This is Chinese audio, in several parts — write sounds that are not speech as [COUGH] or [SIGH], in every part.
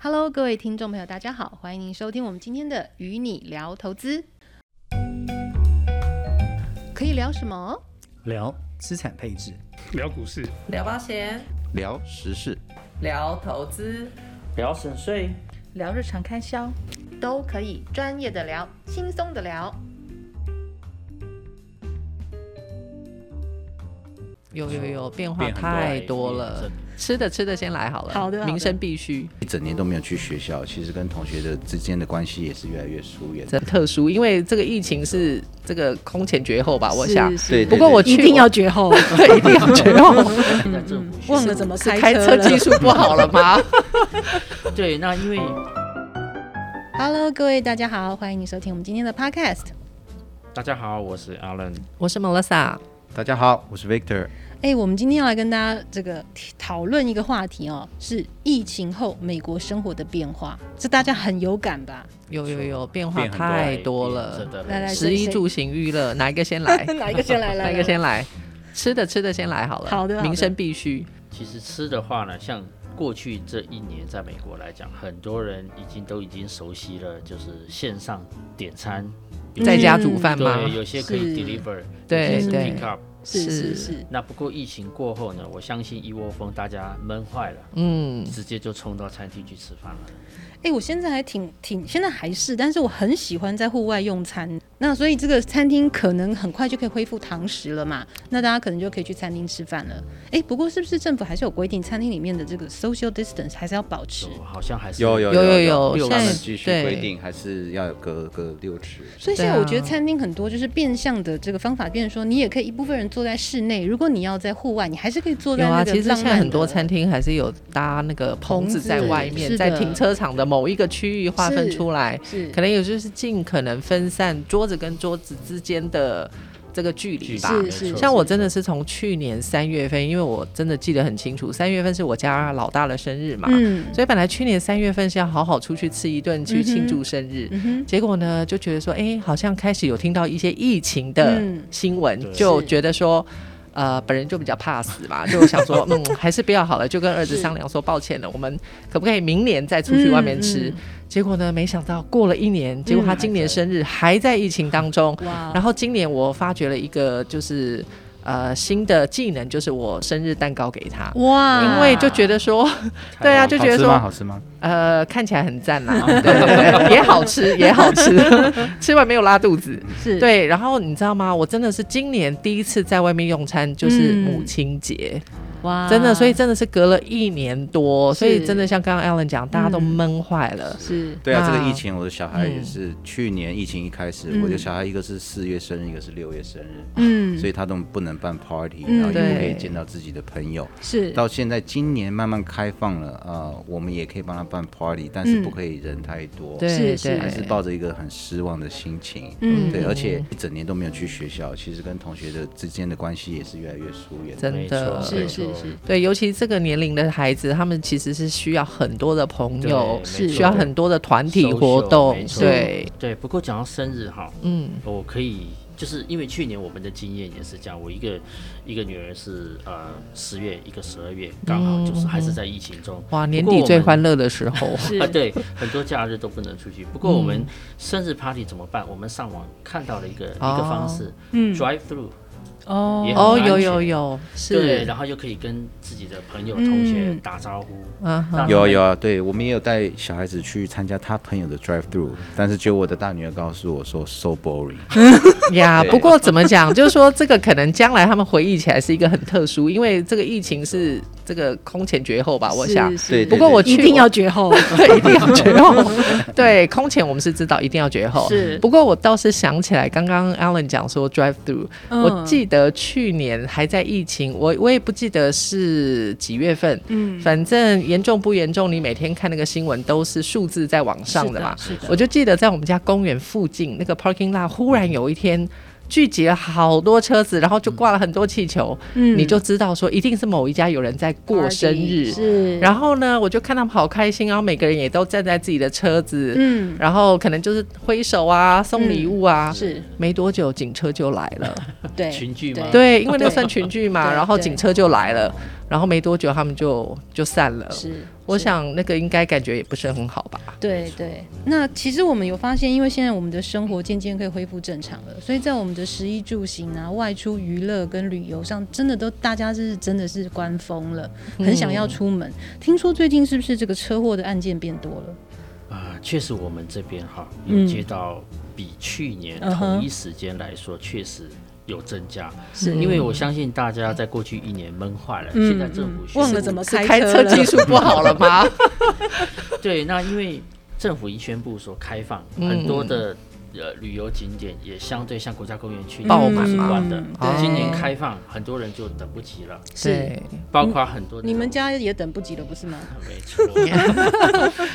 Hello，各位听众朋友，大家好，欢迎您收听我们今天的《与你聊投资》，可以聊什么？聊资产配置，聊股市，聊保险，聊时事，聊投资，聊省税，聊日常开销，都可以专业的聊，轻松的聊。有有有，变化变很多太哎多了。吃的吃的先来好了，好的好的民生必须。一整年都没有去学校，其实跟同学的之间的关系也是越来越疏远。这特殊，因为这个疫情是这个空前绝后吧，我想。对，对不过我对去一定要绝 [LAUGHS] 后，一定要绝后，现在政府忘了怎么是开开车技术不好了吗？对，那因为 Hello，各位大家好，欢迎您收听我们今天的 Podcast。大家好，我是 Alan，我是 Melissa，大家好，我是 Victor。哎，我们今天要来跟大家这个讨论一个话题哦，是疫情后美国生活的变化，这大家很有感吧？有有有，变化变很多太哎多真了。来的来，食谁？衣住行娱乐，哪一个先来哪一个先 [LAUGHS] 来？来哎哪一个先来？吃的吃的先来好了。好的好的民生必须。其实吃的话呢，像过去这一年在美国来讲，很多人已经都已经熟悉了，就是线上点餐，嗯嗯在家煮饭吗？对，有些可以是 deliver，对有些是对 pick up。是是是是，那不过疫情过后呢，我相信一窝蜂大家闷坏了，嗯，直接就冲到餐厅去吃饭了。哎、我现在还挺挺，现在还是，但是我很喜欢在户外用餐。那所以这个餐厅可能很快就可以恢复堂食了嘛，那大家可能就可以去餐厅吃饭了。哎、不过是不是政府还是有规定，餐厅里面的这个 social distance 还是要保持？就好像还是有有有有有有，现他在们继续对规定还是要有隔隔六尺。所以现在我觉得对啊餐厅很多就是变相的这个方法，变成说你也可以一部分人坐在室内，如果你要在户外，你还是可以坐在有那啊，个其实浪现在漫很多的餐厅还是有搭那个棚子在外棚子面，在是的停车场的某一个区域划分出来，是可能也就是尽可能分散桌子跟桌子之间的这个距离吧。是没是错像我真的是从去年三月份，因为我真的记得很清楚，三月份是我家老大的生日嘛，嗯所以本来去年三月份是要好好出去吃一顿去庆祝生日，嗯哼结果呢就觉得说，哎、好像开始有听到一些疫情的嗯新闻，对就是觉得说。呃，本人就比较怕死嘛， [LAUGHS] 就想 [LAUGHS] 说，嗯，还是不要好了，就跟儿子是商量说，抱歉了，我们可不可以明年再出去外面吃？嗯嗯结果呢，没想到过了一年，结果他今年生日还在疫情当中，哇然后今年我发掘了一个就是呃新的技能，就是我生日蛋糕给他，哇，因为就觉得说，对啊，就觉得好吃吗？说好吃吗？呃看起来很 [LAUGHS] 赞啦，对对对，也好吃也好吃，吃完没有拉肚子。是对，然后你知道吗？我真的是今年第一次在外面用餐，就是嗯母亲节，哇真的，所以真的是隔了一年多，所以是嗯真的像刚刚 Alan 讲，大家都闷坏了。是对啊，那这个疫情，我的小孩也嗯是去年疫情一开始，嗯我的小孩一个是四月生日，一个是六月生日，嗯所以他都不能办 party，嗯然后也不可以对见到自己的朋友。是到现在今年慢慢开放了，呃，我们也可以帮他办 party，但是嗯不可以人太多。对是对，还是抱着一个很失望的心情。嗯对，而且一整年都没有去学校，其实跟同学的之间的关系也是越来越疏远。真的没错是是是，对，尤其这个年龄的孩子，他们其实是需要很多的朋对友，没需要错很多的团体 Social，活动没。错对，对。不过讲到生日哈，嗯，我可以就是因为去年我们的经验也是这样，我一个一个女儿是呃十月，一个十二月，刚好就是还是在疫情中。哇，年不过底我最们欢乐的 [LAUGHS] 时候， [LAUGHS] 啊，对，很多假日都不能出去。不过我嗯们生日 party 怎么办？我们上网看到了一个、一个方式，嗯 d r i v e through，哦也很哦，安有全有有，对，是，然后又可以跟自己的朋友、同学嗯打招呼。嗯那哼，有啊有啊，对我们也有带小孩子去参加他朋友的 drive through，但是结果我的大女儿告诉我说 so boring。呀。对不过怎么讲，就是说这个可能将来他们回忆起来是一个很特殊，因为这个疫情是这个空前绝后吧，我想。对不过我去一定要绝后。一定要绝后。对，空前我们是知道一定要绝后。是不过我倒是想起来，刚刚 Alan 讲说 drive through，、嗯我记得去年还在疫情，我我也不记得是几月份。嗯反正严重不严重，你每天看那个新闻都是数字在往上的嘛。是的，我就记得在我们家公园附近那个 parking lot，忽然有一天聚集了好多车子，然后就挂了很多气球，嗯你就知道说一定是某一家有人在过生日。是，然后呢，我就看他们好开心，然后每个人也都站在自己的车子，嗯然后可能就是挥手啊，送礼物啊。是没多 [LAUGHS] 久，警车就来了。对群聚吗对对，因为那算群聚嘛，哦对然后对警车就来了。然后没多久他们就就散了。是，我是啊想那个应该感觉也不是很好吧？对对，那其实我们有发现，因为现在我们的生活渐渐可以恢复正常了，所以在我们的食衣住行啊、外出娱乐跟旅游上，真的都大家是真的是关疯了，嗯很想要出门。听说最近是不是这个车祸的案件变多了？啊，确实我们这边哈嗯有接到比去年嗯哼同一时间来说，确实有增加。是因为我相信大家在过去一年闷坏了，嗯现在政府嗯宣布忘了怎么是开开车车了技术不好了 [LAUGHS] 吗？对，那因为政府一宣布说开放，嗯很多的呃旅游景点也相对像国家公园区爆嗯满是嘛关的。对今年开放，很多人就等不及了，是对，包括很多嗯的你们家也等不及了，不是吗？没 [LAUGHS] 错，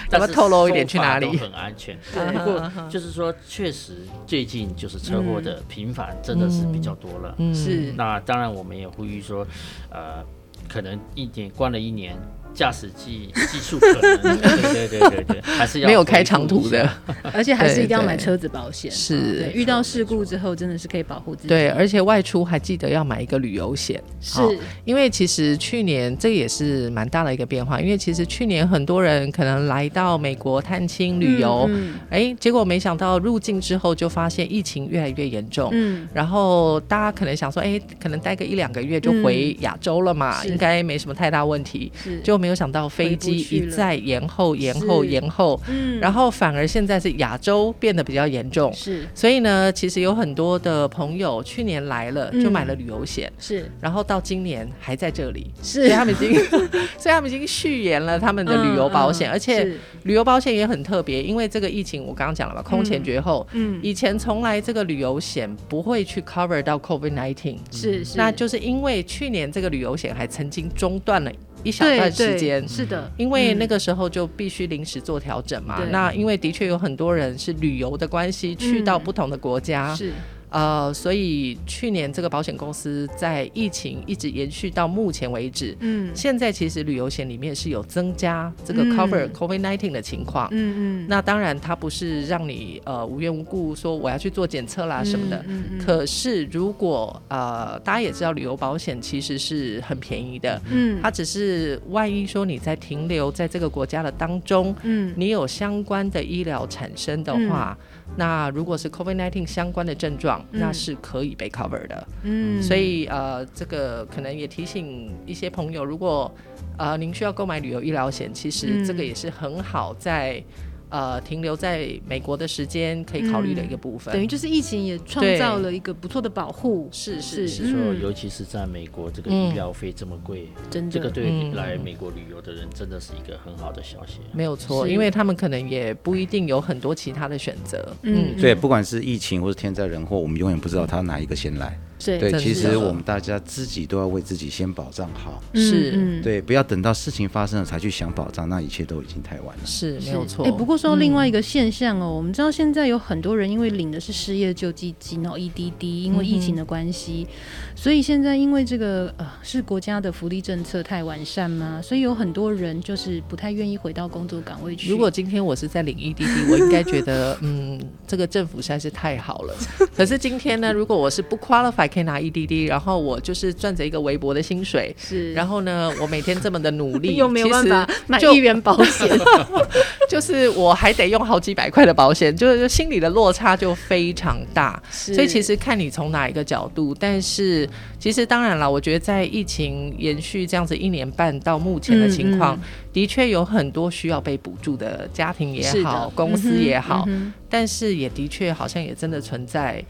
咱们透露一点去哪里嗯但是手法都很安 [LAUGHS] 全。不过就是说，确实最近就是车祸的频繁真的是比较多了。嗯是那当然，我们也呼吁说，呃，可能一年关了一年，驾驶技技术 [LAUGHS] 可能对对对对对，还是要没有回顾开长途一的下。，而且还是对一定要对买车子保险。是对，遇到事故之后真的是可以保护自己。对，，而且外出还记得要买一个旅游险，是哦因为其实去年这也是蛮大的一个变化，因为其实去年很多人可能来到美国探亲旅游，嗯哎、结果没想到入境之后就发现疫情越来越严重。嗯，然后大家可能想说，哎，可能待个一两个月就回亚洲了嘛，嗯是应该没什么太大问题。是就没有想到飞机回不去一了再延后、延后、是延后，嗯然后反而现在是亚洲变得比较严重。是所以呢，其实有很多的朋友去年来了嗯就买了旅游险，是然后到今年还在这里，所以是啊他们已经， [LAUGHS] 所以他们已经续延了他们的旅游保险，嗯嗯而且是旅游保险也很特别，因为这个疫情我刚刚讲了嘛，空前绝后。嗯以前从来这个旅游险不会去 cover 到 COVID 1 9是是，那就是因为去年这个旅游险还曾经中断了一小对段对时间，是的，因为嗯那个时候就必须临时做调整嘛对。那因为的确有很多人是旅游的关系去嗯到不同的国家，是呃，所以去年这个保险公司在疫情一直延续到目前为止。嗯现在其实旅游险里面是有增加这个嗯 cover COVID-19 的情况。嗯嗯，那当然，它不是让你呃无缘无故说我要去做检测啦什么的。嗯嗯嗯可是如果呃大家也知道，旅游保险其实是很便宜的。嗯它只是万一说你在停留在这个国家的当中，嗯你有相关的医疗产生的话，那如果是 COVID-19 相关的症状，嗯那是可以被 cover 的。嗯，所以呃，这个可能也提醒一些朋友，如果呃您需要购买旅游医疗险，其嗯实这个也是很好在呃停留在美国的时间可以考虑的一个部分。等于就是疫情也创对造了一个不错的保护，是是是是，是说，嗯尤其是在美国，这个嗯医疗费这么贵，真这个的对嗯来美国旅游的人真的是一个很好的消息。没有错，是因为他们可能也不一定有很多其他的选择。嗯对，不管是疫情或是天灾人祸，我们永远不知道他哪一个先来。对对，真其实的我们大家自己都要为自己先保障好。嗯是嗯对，不要等到事情发生了才去想保障，那一切都已经太晚了。是是没有错。嗯哎、不过说到另外一个现象哦，我们知道现在有很多人因为领的是失业救济金哦，EDD，因为嗯疫情的关系，所以现在因为这个呃是国家的福利政策太完善嘛，所以有很多人就是不太愿意回到工作岗位去。如果今天我是在领 [LAUGHS] EDD，我应该觉得，嗯，这个政府实在是太好了。可是今天呢，如果我是不 qualify 可以拿 EDD，然后我就是赚着一个微薄的薪水，是，然后呢，我每天这么的努力， [LAUGHS] 又没有办法买其实一元保险， [LAUGHS] 就是我还得用好几百块的保险，就是心里的落差就非常大。所所以其实看你从哪一个角度，但是其实当然了，我觉得在疫情延续这样子一年半到目前的情况，嗯的确有很多需要被补助的家庭也好，公司嗯也好，但是也的确好像也真的存在，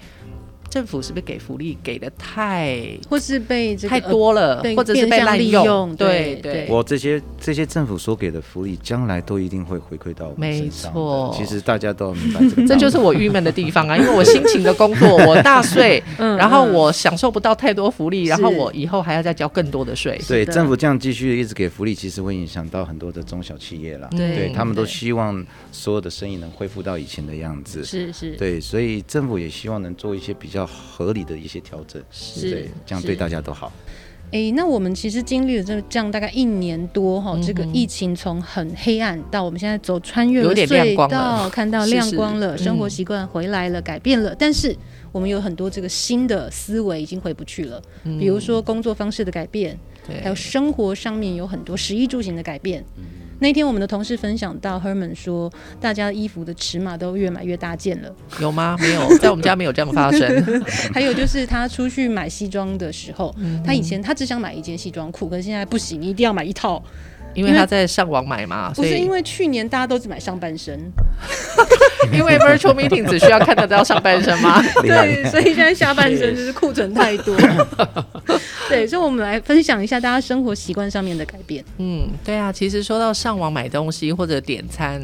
政府是不是给福利给的太或是被这个太多了被，或者是变被相滥利用对对对我这些这些政府所给的福利，将来都一定会回馈到我们没身上的。错其实大家都要明白这个道理。这就是我郁闷的地方啊，因为我辛勤的工作，我大税， [LAUGHS] 嗯然后我享受不到太多福利，是然后我以后还要再交更多的税。对是的政府这样继续一直给福利，其实会影响到很多的中小企业啦。对他们都对希望所有的生意能恢复到以前的样子。呃是是对，所以政府也希望能做一些比较合理的一些调整，是对，这样是对大家都好。诶，那我们其实经历了这这样大概一年多哈、嗯这个疫情从很黑暗到我们现在走穿越了有点亮隧光道，了看到 [LAUGHS] 是亮是光了，生活嗯习惯回来了，改变了，但是我们有很多这个新的思维已经回不去了，比如说工作方式的改变，嗯对，嗯还有生活上面有很多食衣住行的改变。那天我们的同事分享到，Herman 说，大家衣服的尺码都越买越大件了。有吗？没有，在我们家没有这样 [LAUGHS] 发生。 [LAUGHS] 还有就是他出去买西装的时候，嗯他以前他只想买一件西装裤，可是现在不行，你一定要买一套。因为他在上网买嘛，不所是以因为去年大家都只买上半身，因为 virtual meeting 只需要看得到上半身吗？厉害厉对，所以现在下半 [LAUGHS] 身就是库存太多。对，所以我们来分享一下大家生活习惯上面的改变。嗯，对啊，其实说到上网买东西或者点餐，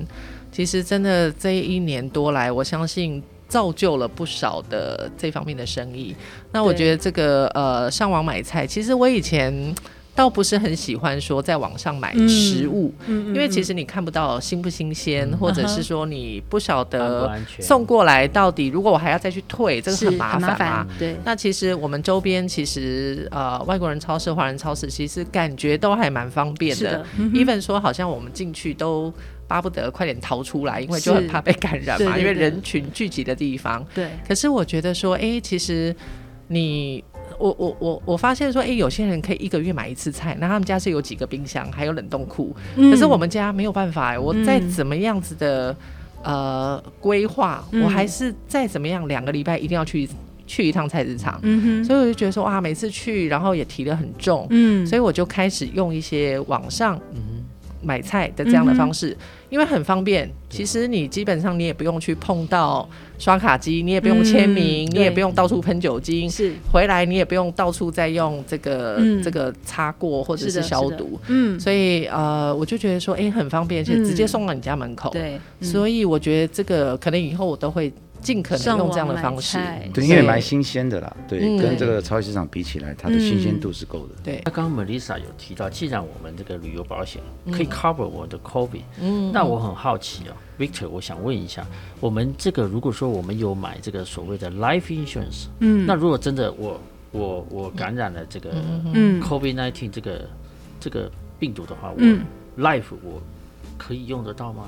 其实真的这一年多来，我相信造就了不少的这方面的生意。那我对觉得这个呃，上网买菜，其实我以前。倒不是很喜欢说在网上买嗯食物，嗯因为其实你看不到新不新鲜，或者是说你不晓安不得安全送过来到底，如果我还要再去退，这个是很麻麻烦啊嘛。烦，对，那其实我们周边其实呃外国人超市、华人超市，其实感觉都还蛮方便是的。的，嗯哼 even 说好像我们进去都巴不得快点逃出来，因为就是很怕被感染对嘛，对因为对人群聚集的地方。对，可是我觉得说，哎、其实你。我我我我发现说，哎、有些人可以一个月买一次菜，那他们家是有几个冰箱，还有冷冻库。可是我们家没有办法、哎，我再嗯怎么样子的、呃规划，嗯我还是再怎么样两个礼拜一定要去去一趟菜市场。嗯，嗯哼，所以我就觉得说，哇，每次去，然后也提得很重，嗯，所以我就开始用一些网上买菜的这样的方式，嗯因为很方便。其实你基本上你也不用去碰到刷卡机，你也不用签名，嗯你也对不用到处喷酒精，是，回来你也不用到处再用这个、嗯这个擦过或者是是的消是的毒。嗯，所以呃，我就觉得说，哎、很方便，而且直接嗯送到你家门口。对，嗯所以我觉得这个可能以后我都会尽可能上用这样网的买方式。菜对，因为对蛮新鲜的啦，对，嗯跟这个超级市场比起来，它的新鲜度是够的。对，那刚刚 Melissa 有提到，既然我们这个旅游保险嗯可以 cover 我的 COVID，嗯，那我很好奇哦，Victor，我想问一下，我们这个如果说我们有买这个所谓的 life insurance，嗯，那如果真的我我我感染了这个嗯 COVID 1 9这个这个病毒的话，我嗯 life 我可以用得到吗？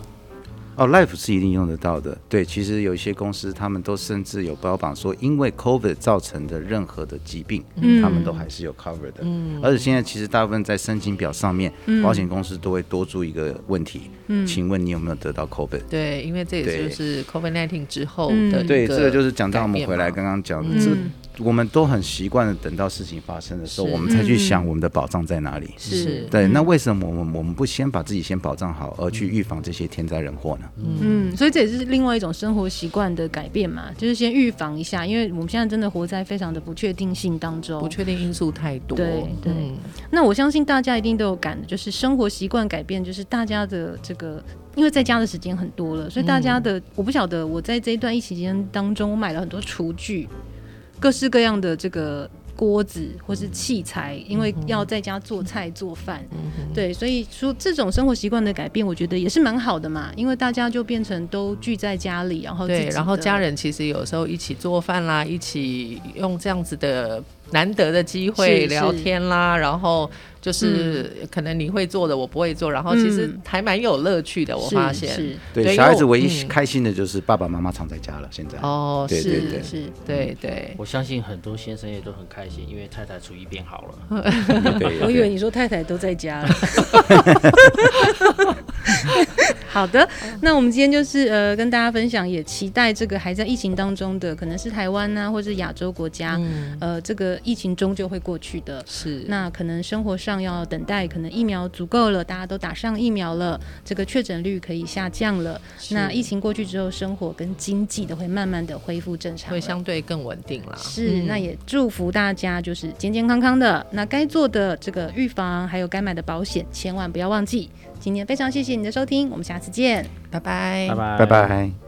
哦，Life 是一定用得到的。对，其实有一些公司他们都甚至有标榜说，因为 COVID 造成的任何的疾病，嗯他们都还是有 cover 的。而且现在其实大部分在申请表上面，保险公司都会多注一个问题，请问你有没有得到 COVID？对，因为这也对就是 COVID-19 之后嗯的一对，这个就是是讲到我们改变回来嘛刚刚讲的，嗯这我们都很习惯的，等到事情发生的时候，是我们才去嗯想我们的保障在哪里。是对，那为什么我们我们不先把自己先保障好，而去预防这些天灾人祸呢？嗯，所以这也是另外一种生活习惯的改变嘛，就是先预防一下，因为我们现在真的活在非常的不确定性当中。不确定因素太多。哦对对嗯那我相信大家一定都有感的，就是生活习惯改变，就是大家的这个，因为在家的时间很多了，所以大嗯家的，我不晓得我在这一段疫情期间当中，我买了很多厨具，各式各样的这个锅子或是器材，因嗯为要在家做菜做饭，对，所以说这种生活习惯的改变，我觉得也是蛮好的嘛，因为大家就变成都聚在家里，然后自己对，的然后家。人其实有时候一起做饭啦，一起用这样子的难得的机是会是聊天啦，然后就是可能你会做的我不会做，然后其实嗯还蛮有乐趣的，我是发现。是对对，小孩子因为唯我一嗯开心的就是爸爸妈妈常在家了。现在哦，对对是对是，对对，哎我相信很多先生也都很开心，因为太太厨艺变好了。 [LAUGHS] 哎对，我以为对你说太太都在家 [LAUGHS] 了。好的，那我们今天就是呃跟大家分享，也期待这个还在疫情当中的，可能是台湾啊，或是亚洲国家，嗯，呃，这个疫情终究会过去的。是。那可能生活上要等待，可能疫苗足够了，大家都打上疫苗了，这个确诊率可以下降了。是那疫情过去之后，生活跟经济都会慢慢的恢复正常会了。相对更稳定啦。嗯是，那也祝福大家就是健健康康的。那该做的这个预防，还有该买的保险，千万不要忘记。今天非常谢谢你的收听，我们下次见。拜拜拜。拜拜拜。